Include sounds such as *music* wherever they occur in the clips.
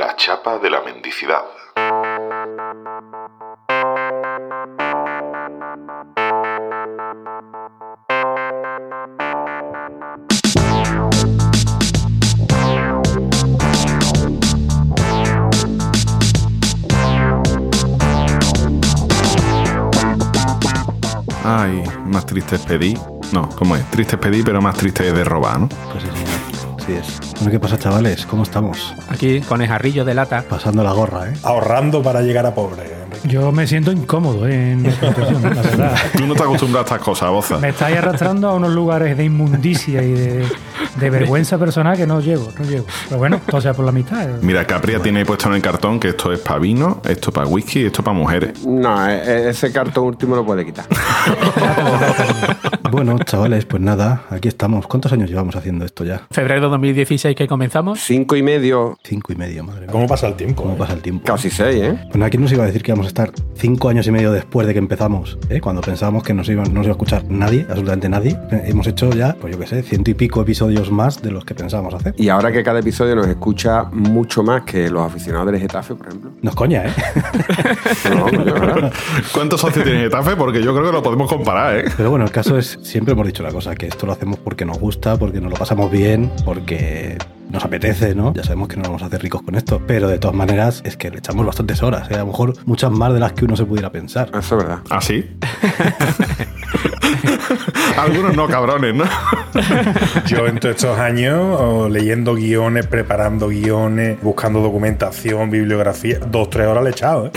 La chapa de la mendicidad. Ay, más triste es pedir. No, ¿cómo es? Triste es pedir, pero más triste es de robar, ¿no? Pues sí, señor. Sí es. Bueno, ¿qué pasa, chavales? ¿Cómo estamos? Aquí, con el jarrillo de lata. Pasando la gorra, Ah. ¿eh? Ahorrando para llegar a pobre, Enrique. Yo me siento incómodo eh, en mi situación, la verdad. Tú no te acostumbras a estas cosas, Boza. Me estáis arrastrando a unos lugares de inmundicia y de, de vergüenza personal que no llego, no llego. Pero bueno, todo sea por la mitad. eh. Mira, Capria tiene ahí puesto en el cartón que esto es para vino, esto para whisky y esto para *laughs* mujeres. No, e- e- ese cartón último lo puede *laughs* quitar. *laughs* Bueno, chavales, pues nada, aquí estamos. ¿Cuántos años llevamos haciendo esto ya? Febrero 2016 que comenzamos. Cinco y medio, Cinco y medio, madre mía. ¿Cómo pasa el tiempo? ¿Cómo eh? pasa el tiempo? casi seis, ¿eh? Bueno, aquí nos iba a decir que íbamos a estar cinco años y medio después de que empezamos, ¿eh? cuando pensábamos que nos iba, no nos iba a escuchar nadie, absolutamente nadie. Eh, Hemos hecho ya, pues yo qué sé, ciento y pico episodios más de los que pensábamos hacer. Y ahora que cada episodio nos escucha mucho más que los aficionados del Getafe, por ejemplo. Nos coña, ¿eh? No, coño, ¿verdad? ¿Cuántos socios tiene Getafe? Porque yo creo que lo podemos comparar, ¿eh? Pero bueno, el caso es, siempre hemos dicho la cosa, que esto lo hacemos porque nos gusta, porque nos lo pasamos bien, porque nos apetece, ¿no? Ya sabemos que no nos vamos a hacer ricos con esto, pero de todas maneras es que le echamos bastantes horas, ¿eh? a lo mejor muchas más de las que uno se pudiera pensar. Eso es verdad. *laughs* ¿Así? Algunos no, cabrones, ¿no? *laughs* Yo en todos estos años, o leyendo guiones, preparando guiones, buscando documentación, bibliografía, dos, tres horas le he echado, ¿eh?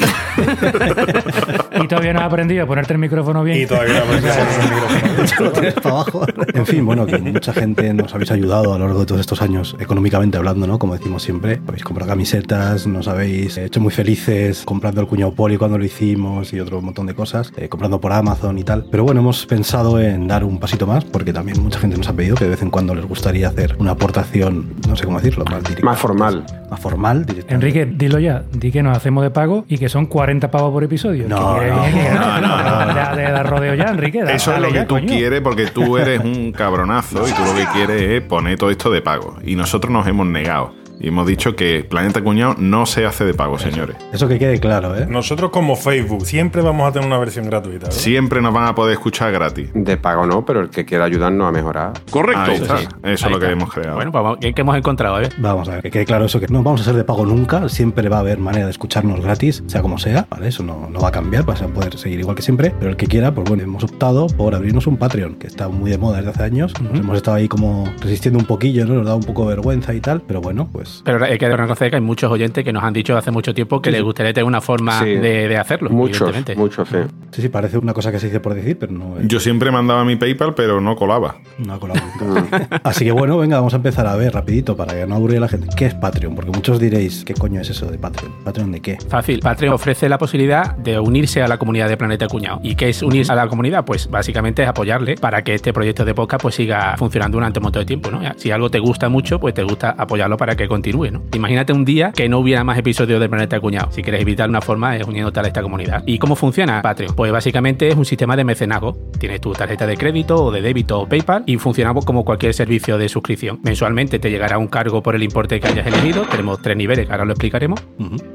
Y todavía no has aprendido a ponerte el micrófono bien. Y todavía no *laughs* me he puesto el micrófono. *laughs* *laughs* Lo tienes para abajo. En fin, bueno, que mucha gente nos habéis ayudado a lo largo de todos estos años, económicamente hablando, ¿no? Como decimos siempre, habéis comprado camisetas, nos habéis hecho muy felices comprando el cuñado poli cuando lo hicimos y otro montón de cosas, eh, comprando por Amazon y tal. Pero bueno, hemos pensado en dar un pasito más porque también mucha gente nos ha pedido que de vez en cuando les gustaría hacer una aportación, no sé cómo decirlo, más directa. Más formal. Más formal, directamente. Enrique, dilo ya, di que nos hacemos de pago y que son 40 pavos por episodio. No, Que- no, que- que- no, no, no. Ya, de dar rodeo ya, Enrique. da- Eso es dale lo que ya, tú coño. quieres porque tú eres *laughs* un cabronazo y tú lo que quieres es poner todo esto de pago. Y nosotros nos hemos negado. Y hemos dicho que Planeta Cuñado no se hace de pago, señores. Eso que quede claro, ¿eh? Nosotros como Facebook siempre vamos a tener una versión gratuita, ¿verdad? Siempre nos van a poder escuchar gratis. De pago no, pero el que quiera ayudarnos a mejorar. Ahí está. Sí. Eso es Ahí lo que está. hemos creado. Bueno, pues vamos, ¿qué, qué hemos encontrado? A ver. Vamos a ver, que quede claro eso, que no vamos a ser de pago nunca, siempre va a haber manera de escucharnos gratis, sea como sea, ¿vale? Eso no, no va a cambiar, vas a poder seguir igual que siempre, pero el que quiera, pues bueno, hemos optado por abrirnos un Patreon, que está muy de moda desde hace años, Nos hemos estado ahí como resistiendo un poquillo, ¿no? Nos da un poco de vergüenza y tal, pero bueno, pues... Pero hay que reconocer que hay muchos oyentes que nos han dicho hace mucho tiempo que les gustaría tener una forma Sí. de, de hacerlo. Muchos, evidentemente. muchos, sí. Sí, sí, parece una cosa que se dice por decir, pero no, eh, Yo siempre mandaba mi PayPal, pero no colaba. no ha colado nunca. Así que bueno, venga, vamos a empezar a ver rapidito para que no aburrir a la gente. ¿Qué es Patreon? Porque muchos diréis, ¿qué coño es eso de Patreon? ¿Patreon de qué? Fácil. Patreon ofrece la posibilidad de unirse a la comunidad de Planeta Cuñado. ¿Y qué es unirse a la comunidad? Pues básicamente es apoyarle para que este proyecto de podcast pues siga funcionando durante un montón de tiempo, ¿no? Si algo te gusta mucho, pues te gusta apoyarlo para que continúe, ¿no? Imagínate un día que no hubiera más episodios de Planeta Cuñado. Si quieres evitar una forma es uniéndote a esta comunidad. ¿Y cómo funciona Patreon? Pues básicamente es un sistema de mecenazgo. Tienes tu tarjeta de crédito o de débito o PayPal y funcionamos como cualquier servicio de suscripción. Mensualmente te llegará un cargo por el importe que hayas elegido. Tenemos tres niveles, que ahora lo explicaremos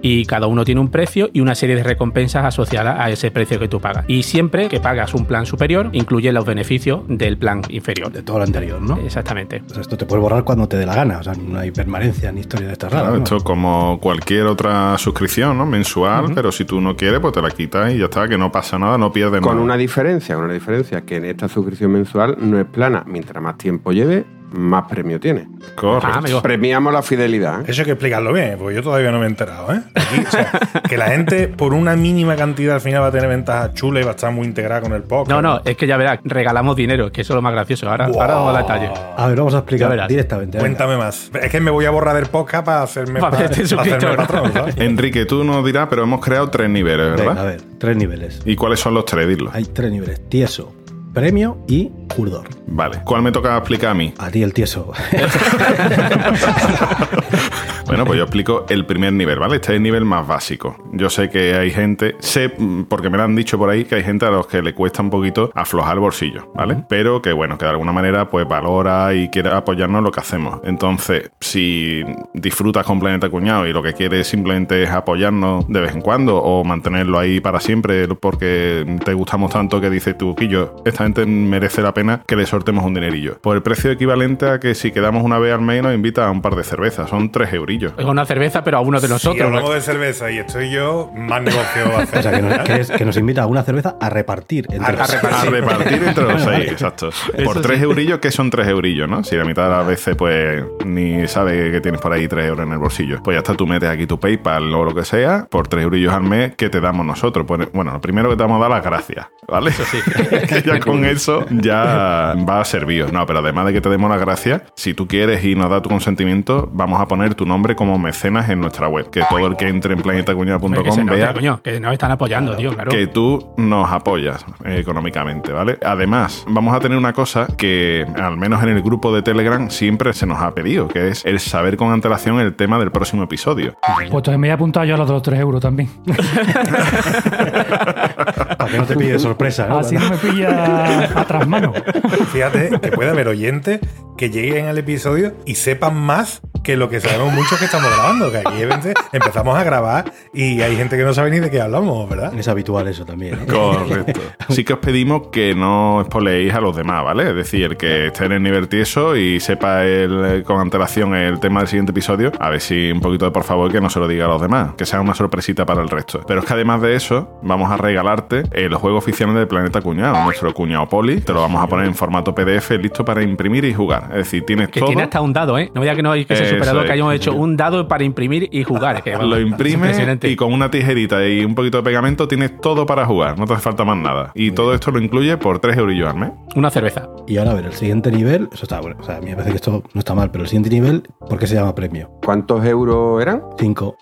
y cada uno tiene un precio y una serie de recompensas asociadas a ese precio que tú pagas. Y siempre que pagas un plan superior, incluye los beneficios del plan inferior. De todo lo anterior, ¿no? Exactamente. O sea, esto te puedes borrar cuando te dé la gana, o sea, no hay permanencia ni historia de estas raras. Claro, ¿no? esto es como cualquier otra suscripción, ¿no? Mensual, pero si tú no quieres, pues te la quitas y ya está, que no pasa nada, no pierdes Con una nada. diferencia, con una diferencia, que en esta suscripción mensual no es plana. Mientras más tiempo lleve, más premio tiene. Ah, Correcto. amigo. Premiamos la fidelidad. ¿eh? Eso hay que explicarlo bien, porque yo todavía no me he enterado, ¿eh? Aquí, *laughs* o sea, que la gente por una mínima cantidad al final va a tener ventajas chulas y va a estar muy integrada con el podcast. No, no, es que ya verás, regalamos dinero, que eso es lo más gracioso. Ahora, Wow. ahora vamos a detalle. A ver, vamos a Ya explicar verás. directamente. venga. Cuéntame más. Es que me voy a borrar del podcast para hacerme, Para hacerte para hacerme suscriptor. *laughs* patrón, ¿sabes? Enrique, tú nos dirás, pero hemos creado tres niveles, Venga, a ¿verdad? ver, tres niveles. ¿Y cuáles son los tres? Dilo. Hay tres niveles. Tieso, premio y Jurdor. Vale. ¿Cuál me toca explicar a mí? A ti el tieso. *laughs* Bueno, pues yo explico el primer nivel, ¿vale? Este es el nivel más básico. Yo sé que hay gente, sé, mm, porque me lo han dicho por ahí, que hay gente a los que le cuesta un poquito aflojar el bolsillo, ¿vale? Pero que bueno, que de alguna manera pues valora y quiere apoyarnos en lo que hacemos. Entonces, si disfrutas con Planeta Cuñado y lo que quieres simplemente es apoyarnos de vez en cuando o mantenerlo ahí para siempre porque te gustamos tanto que dices tú, Quillo, esta gente merece la pena que le sortemos un dinerillo. Por el precio equivalente a que si quedamos una vez al mes nos invita a un par de cervezas, son tres eurillos. Es una cerveza, pero a uno de Si nosotros. hablamos de cerveza y estoy yo, más negocio *laughs* va a hacer. O sea, que nos, que es- que nos invita a una cerveza a repartir. entre los- A repartir entre los seis, exacto. Por tres eurillos, ¿qué son tres eurillos, no? Si la mitad de las veces, pues, ni sabe que tienes por ahí tres euros en el bolsillo. Pues ya está, tú metes aquí tu PayPal o lo que sea, por tres eurillos al mes, ¿qué te damos nosotros? Pues, bueno, lo primero que te vamos a dar las gracias, ¿vale? *laughs* que ya con eso ya va a servir. No, pero además de que te demos las gracias, si tú quieres y nos da tu consentimiento, vamos a poner tu nombre como mecenas en nuestra web. Que todo el que entre en Hombre, que, se planetacuña.com note, vea coño, que nos están apoyando, tío, claro. que tú nos apoyas eh, económicamente, ¿vale? Además, vamos a tener una cosa que, al menos en el grupo de Telegram, siempre se nos ha pedido, que es el saber con antelación el tema del próximo episodio. Pues entonces me voy a apuntar yo a los dos 3 euros también. Para que no te pille de sorpresa. ¿no? Así no me pilla atrás mano. Fíjate que puede haber oyentes que lleguen al episodio y sepan más que lo que sabemos muchos que estamos grabando. Que aquí de repente, empezamos a grabar y hay gente que no sabe ni de qué hablamos, ¿verdad? Es habitual eso también. ¿eh? *laughs* Correcto. Sí que os pedimos que no spoileéis a los demás, ¿vale? Es decir, el que esté en el nivel tieso y sepa el, eh, con antelación el tema del siguiente episodio, a ver si un poquito de por favor que no se lo diga a los demás, que sea una sorpresita para el resto. Pero es que además de eso, vamos a regalarte el juego oficial del Planeta Cuñado, nuestro Cuñado Poli. Te lo vamos a poner en formato PDF listo para imprimir y jugar. Es decir, tienes Que todo. tiene hasta un dado, ¿eh? No me digas que no hay que ser Eso superado, es. que hayamos hecho un dado para imprimir y jugar. que, vamos, Lo imprimes es impresionante. y con una tijerita y un poquito de pegamento tienes todo para jugar, no te hace falta más nada. Y todo esto lo incluye por 3 eurillos al mes. Una cerveza. Y ahora, a ver, el siguiente nivel, eso está bueno. O sea, a mí me parece que esto no está mal, pero el siguiente nivel, ¿por qué se llama premio? ¿Cuántos euros eran? 5.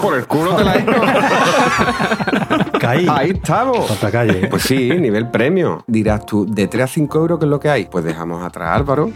Por el culo te la he *laughs* Caí. Ahí estamos. Falta calle. ¿eh? Pues sí, nivel premio. Dirás tú, de 3 a 5 euros, ¿qué es lo que hay? Pues dejamos atrás a Álvaro.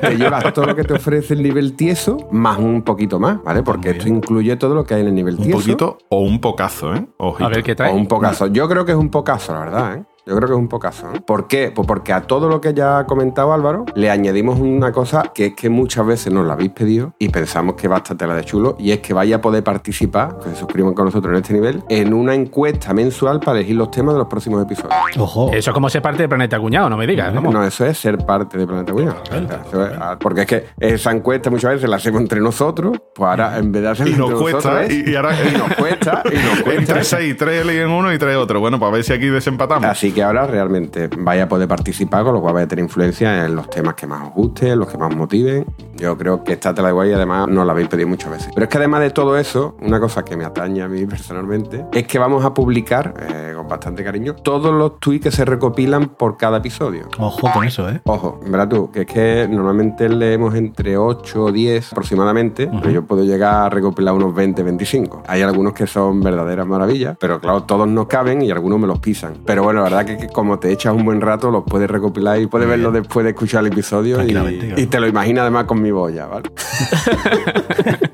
te llevas todo lo que te ofrece el nivel tieso, más un poquito más, ¿vale? Porque esto incluye todo lo que hay en el nivel Un tieso. poquito o un pocazo, ¿eh? Ojito. A ver qué O trae. un pocazo. Yo creo que es un pocazo, la verdad, ¿eh? Yo creo que es un pocazo. ¿eh? ¿Por qué? Pues porque a todo lo que ya ha comentado Álvaro le añadimos una cosa que es que muchas veces nos la habéis pedido y pensamos que va a estar tela de chulo y es que vaya a poder participar, que se suscriban con nosotros en este nivel, en una encuesta mensual para elegir los temas de los próximos episodios. Ojo. Eso es como ser parte de Planeta Cuñado, no me digas. vamos. No, eso es ser parte de Planeta Cuñado. Eso es- ah, Porque es que esa encuesta muchas veces la hacemos entre nosotros, pues ahora en vez de hacerla Y nos entre cuesta, nosotros, y- y ahora- y *laughs* nos cuesta, y nos cuesta. Entre 6, 3 eligen uno y 3 otro. Bueno, para ver si aquí desempatamos. Así que ahora realmente vaya a poder participar, con lo cual vaya a tener influencia en los temas que más os gusten, los que más os motiven. Yo creo que esta tela de guay además nos la habéis pedido muchas veces. Pero es que además de todo eso, una cosa que me atañe a mí personalmente es que vamos a publicar eh, con bastante cariño todos los tweets que se recopilan por cada episodio. Ojo con eso, ¿eh? Ojo, verás tú, que es que normalmente leemos entre 8 o 10 aproximadamente, pero yo puedo llegar a recopilar unos 20, 25. Hay algunos que son verdaderas maravillas, pero claro, todos no caben y algunos me los pisan. Pero bueno, la verdad que, que como te echas un buen rato, los puedes recopilar y puedes verlos después de escuchar el episodio y, Tranquilamente, claro. y te lo imaginas además con mi *laughs* boya, ¿vale?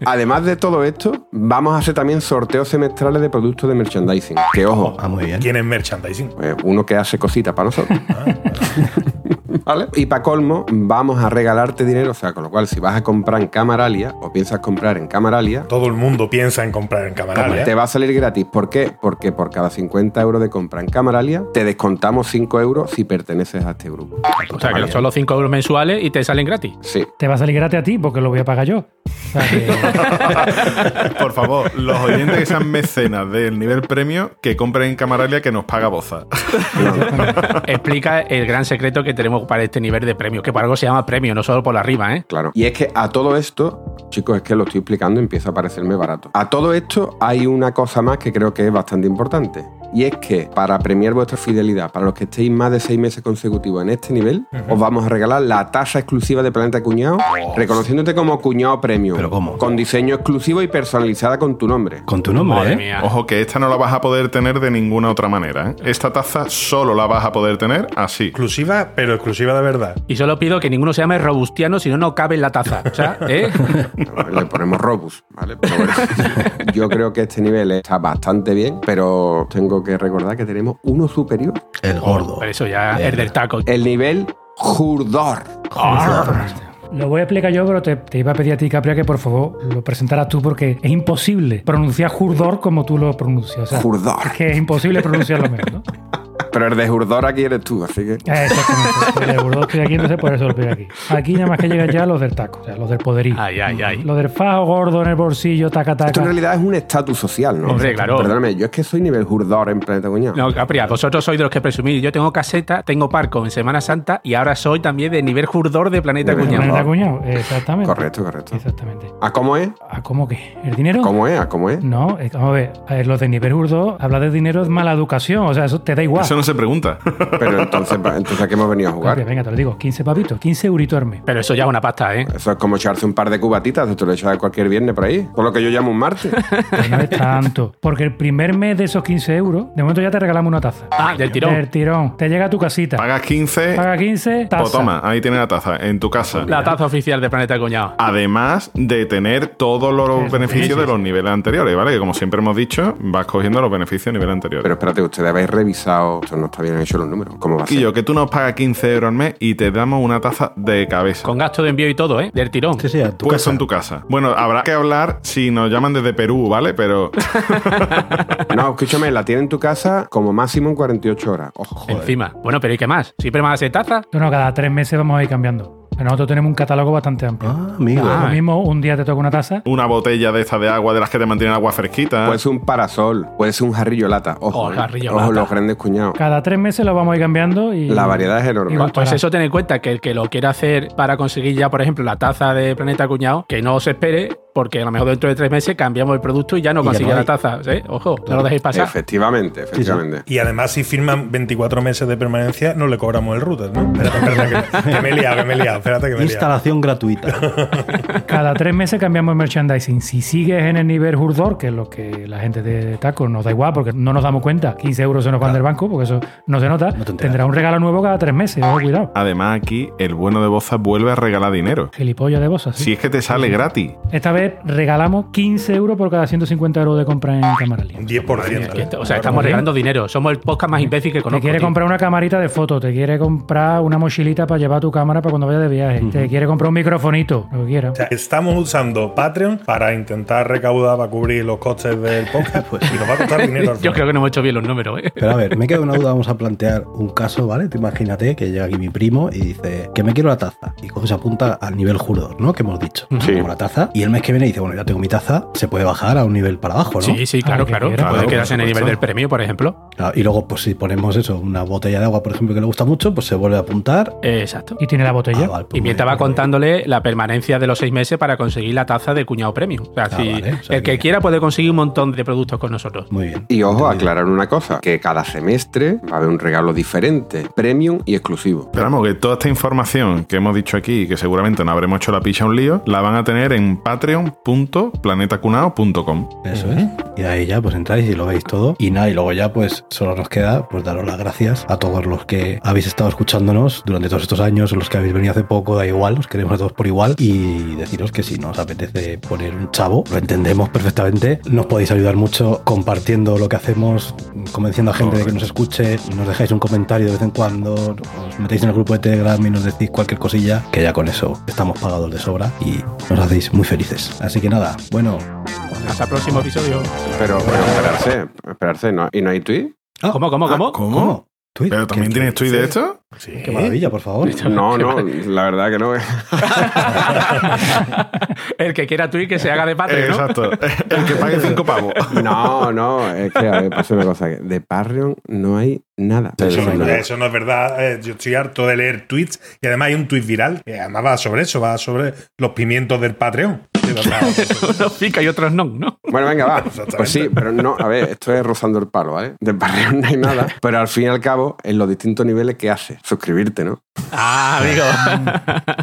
además de todo esto, vamos a hacer también sorteos semestrales de productos de merchandising. Que ojo, Ah, muy bien. ¿Quién es merchandising? pues uno que hace cositas para nosotros. Ah. *laughs* ¿Vale? Y para colmo, vamos a regalarte dinero. O sea, con lo cual, si vas a comprar en Camaralia o piensas comprar en Camaralia, Todo el mundo piensa en comprar en ¿eh? Camaralia. te va a salir gratis. ¿Por qué? Porque por cada 50 euros de compra en Camaralia, te descontamos 5 euros si perteneces a este grupo. O sea, que son los 5 euros mensuales y te salen gratis. Sí. Te va a salir gratis a ti porque lo voy a pagar yo. O sea, que- Por favor, los oyentes que sean mecenas del nivel premio, que compren en Camaralia que nos paga Boza. Explica el gran secreto que tenemos para este nivel de premio, que por algo se llama premio, no solo por arriba, ¿eh? Claro. Y es que a todo esto, chicos, es que lo estoy explicando, empieza a parecerme barato. A todo esto hay una cosa más que creo que es bastante importante. Y es que para premiar vuestra fidelidad, para los que estéis más de seis meses consecutivos en este nivel, os vamos a regalar la tasa exclusiva de Planeta Cuñado, reconociéndote como Cuñado Premium. Oh, ¿Pero cómo? Con diseño exclusivo y personalizada con tu *laughs* nombre. Con tu nombre, Madre ¿eh? mía. Ojo que esta no la vas a poder tener de ninguna otra manera. ¿eh? Esta taza solo la vas a poder tener así. Exclusiva, pero exclusiva de verdad. Y solo pido que ninguno se llame Robustiano, si no, no cabe en la taza. O sea, ¿eh? Le ponemos Robus, ¿vale? *laughs* Pero bueno, yo creo que este nivel está bastante bien, pero tengo que recordar que tenemos uno superior. El gordo. Por Oh, eso ya es del taco. El nivel Jurdor. Lo voy a explicar yo, pero te, te iba a pedir a ti, Capria, que por favor lo presentaras tú, porque es imposible pronunciar Jurdor como tú lo pronuncias. O sea, es Jurdor. que es imposible pronunciarlo mejor, *laughs* ¿no? Pero el de Jurdor aquí eres tú, así que. Eh, Exactamente. El de Bordeaux estoy aquí, entonces por eso lo pido aquí. Aquí nada más que llegan ya los del taco, o sea, los del poderío. Ay, ay, ay. Los del fajo gordo en el bolsillo, taca, Esto en taca. realidad es un estatus social, ¿no? Hombre, claro. Perdóname, yo es que soy nivel Jurdor en Planeta Cuñado. No, Capria, vosotros sois de los que presumís. Yo tengo caseta, tengo parco en Semana Santa y ahora soy también de nivel jurdor de Planeta Nivel Cuñado. jurdor. Planeta cuñado, exactamente. Correcto, correcto. Exactamente. ¿A cómo es? ¿A cómo qué? ¿El dinero? ¿Cómo es? ¿A cómo es? No, eh, vamos a ver, a ver, los de nivel urdo, hablar de dinero es mala educación, o sea, eso te da igual. Eso no se pregunta. *laughs* Pero entonces, pa- entonces ¿a qué hemos venido a Cambia, jugar? venga, te lo digo, 15 papitos, 15 euritos al mes. Pero eso ya es una pasta, ¿eh? Eso es como echarse un par de cubatitas, esto lo echas cualquier viernes por ahí. Por lo que yo llamo un martes. Pero no es tanto. Porque el primer mes de esos 15 euros, de momento ya te regalamos una taza. Ah, del tirón. Del tirón. Te llega a tu casita. Paga, Pagas 15, 15, taza. pues toma, ahí tienes la taza, en tu casa. La taza oficial de Planeta Cuñado. Además de tener todos los beneficios de los niveles anteriores, ¿vale? Que como siempre hemos dicho, vas cogiendo los beneficios a nivel anterior. Pero espérate, ustedes habéis revisado. Esto no está bien hecho los números. ¿Cómo va a ser? Quillo, que tú nos pagas 15 euros al mes y te damos una taza de cabeza. Con gasto de envío y todo, ¿eh? Del tirón. Sí, sí, a Este tu Pues casa. en tu casa. Bueno, habrá que hablar si nos llaman desde Perú, ¿vale? *laughs* Pero No, escúchame, la tiene en tu casa como máximo en 48 horas. Ojo. Encima. Bueno, pero ¿y qué más? ¿Siempre más hacer taza? No, no, cada tres meses vamos a ir cambiando. Pero nosotros tenemos un catálogo bastante amplio. Ah, amigo. Lo mismo, un día te toca una taza. una botella de estas de agua, de las que te mantienen agua fresquita. Puede ser un parasol, puede ser un jarrillo lata. Ojo, Ah. Oh, eh. jarrillo Ojo, lata. los grandes cuñados. Cada tres meses lo vamos a ir cambiando y. La variedad es enorme. y Pues, gustará. eso ten en cuenta que el que lo quiera hacer para conseguir ya, por ejemplo, la taza de Planeta Cuñado, que no se espere, porque a lo mejor dentro de tres meses cambiamos el producto y ya no Y ya consigue no la hay. taza. ¿eh? Ojo, no lo dejéis pasar. Efectivamente, efectivamente. Y además, si firman 24 meses de permanencia, no le cobramos el router, ¿no? Espérate, espérate, que, que me he liado, que me he liado. Espérate que me he liado. Instalación gratuita. *laughs* Cada tres meses cambiamos el merchandising. Si sigues en el nivel Jurdor, que es lo que la gente de Taco nos da igual, porque no nos damos cuenta, 15 euros se nos van del banco, porque eso no se nota, No te enteras. tendrá un regalo nuevo cada tres meses. Ojo, cuidado. Además, aquí el bueno de Boza vuelve a regalar dinero. Gilipollas de bolsas. Si es que te sale gratis. Esta vez regalamos 15 euros por cada 150 euros de compra en Camaralía. Un Que esto- 10%. o sea, estamos regalando dinero. Somos el podcast más imbécil que Te conozco. quiere tío. comprar una camarita de foto, te quiere comprar una mochilita para llevar tu cámara para cuando vayas de viaje, te quiere comprar un microfonito, lo que quiera. O sea, estamos usando Patreon para intentar recaudar, para cubrir los costes del *laughs* podcast. y nos va a costar dinero. al Pues Yo final. creo que no hemos hecho bien los números, ¿eh? Pero a ver, me queda una duda. Vamos a plantear un caso, ¿vale? Tú imagínate que llega aquí mi primo y dice que me quiero la taza. Y coge, se apunta al nivel juror, ¿no? Que hemos dicho. Sí. Como la taza. Y el mes que viene dice, bueno, ya tengo mi taza. Se puede bajar a un nivel para abajo, ¿no? Sí, sí, Ah, claro, que claro. quiera. Puede Claro, quedarse por en el nivel del supuesto. premio, por ejemplo. Claro, Y luego, pues si ponemos eso, una botella de agua, por ejemplo, que le gusta mucho, pues se vuelve a apuntar. Exacto. Y tiene la botella. Ah, vale, pues Y mientras muy va bien. contándole la permanencia de los seis meses para conseguir la taza de cuñado premium. O sea, si vale, o sea el que que- quiera puede conseguir un montón de productos con nosotros. Muy bien. Y ojo, aclarar una cosa, que cada semestre va a haber un regalo diferente, premium y exclusivo. Esperamos que toda esta información que hemos dicho aquí, y que seguramente no habremos hecho la picha un lío, la van a tener en patreon.planetacunao.com. Eso es. Y ahí ya pues entráis y lo veis todo. Y nada, y luego ya pues solo nos queda pues daros las gracias a todos los que habéis estado escuchándonos durante todos estos años, los que habéis venido hace poco, da igual, os queremos a todos por igual. Y deciros que si nos apetece poner un chavo, lo entendemos perfectamente. Nos podéis ayudar mucho compartiendo lo que hacemos, convenciendo a gente de que nos escuche, nos dejáis un comentario de vez en cuando, os metéis en el grupo de Telegram y nos decís cualquier cosilla, que ya con eso estamos pagados de sobra y nos hacéis muy felices. Así que nada, bueno. Hasta el próximo episodio. Pero, pero esperarse, esperarse, ¿no? ¿Y no hay tweet? Ah, ¿Cómo, cómo, cómo? ¿Cómo? ¿Tweet? ¿Pero también ¿Qué- tienes tweet de esto? Sí. Qué maravilla, por *laughs* favor. No, no, la verdad que no. el que quiera tweet que se haga de Eh, Patreon, ¿no? Exacto. *laughs* El que pague 5 pavos. No, no, es que a ver, pasa una cosa, que de Patreon no hay nada. Eso, no, Nada. eso no es verdad. Eh, Yo estoy *laughs* harto de leer tweets y además hay un tweet viral que además va sobre eso, va sobre los pimientos del Patreon. *laughs* Unos pica y otros no, ¿no? Bueno, venga, va. Exactamente. Pues sí, pero no, a ver, esto es rozando el palo, ¿vale? De parreón no hay nada, pero al fin y al cabo, en los distintos niveles, ¿qué haces? Suscribirte, ¿no? Ah, amigo.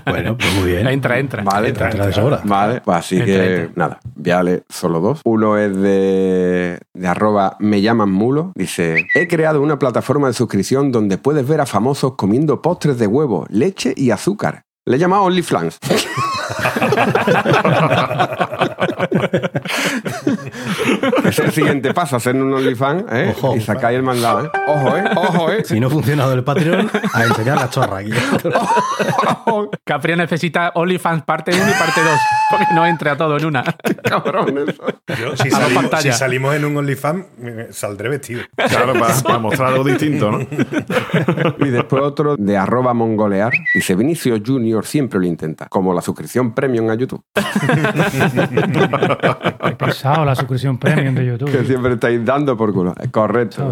Bueno, pues muy *laughs* bien. entra, entra. *laughs* Vale, Entra, entra de sobra. Vale, pues así Entra, que entra. nada, viale solo dos. Uno es de, de arroba me llaman mulo. Dice, he creado una plataforma de suscripción donde puedes ver a famosos comiendo postres de huevo, leche y azúcar. Le he llamado OnlyFans. es el siguiente paso, hacer un OnlyFans ¿eh? Ojo. y sacáis el mandado. ¿eh? Ojo, ¿eh? Ojo, ¿eh? Si no ha funcionado el Patreon, a enseñar la chorra Pues aquí. *laughs* Capria necesita OnlyFans parte 1 y parte 2, porque no entra todo en una. Cabrón, eso. Yo, si, A la salimos, pantalla. si salimos en un OnlyFans, eh, saldré vestido. Claro, *laughs* para, para mostrar algo distinto, ¿no? Y después otro de arroba mongolear. Dice Vinicio Junior siempre lo intenta, como la suscripción premium a YouTube, Qué pesado la suscripción premium de YouTube. que siempre estáis dando por culo. Es correcto.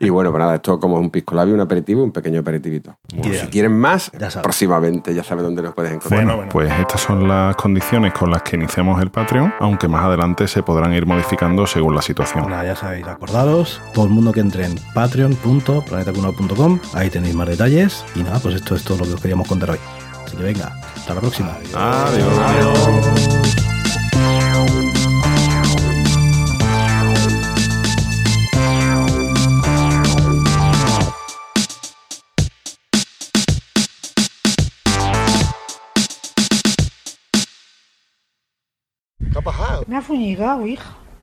Y bueno, pues nada, esto como un pisco labio, un aperitivo, un pequeño aperitivito. Si quieren más, Ya sabes. próximamente ya sabes dónde los puedes encontrar. Bueno, pues estas son las condiciones con las que iniciamos el Patreon, aunque más adelante se podrán ir modificando según la situación. Nada, ya sabéis, acordaros, todo el mundo que entre en patreon.planetacuno.com, ahí tenéis más detalles. Y nada, pues esto es todo lo que os queríamos contar hoy. Así que venga, hasta la próxima. Adiós. Me ha fuñigado, hija.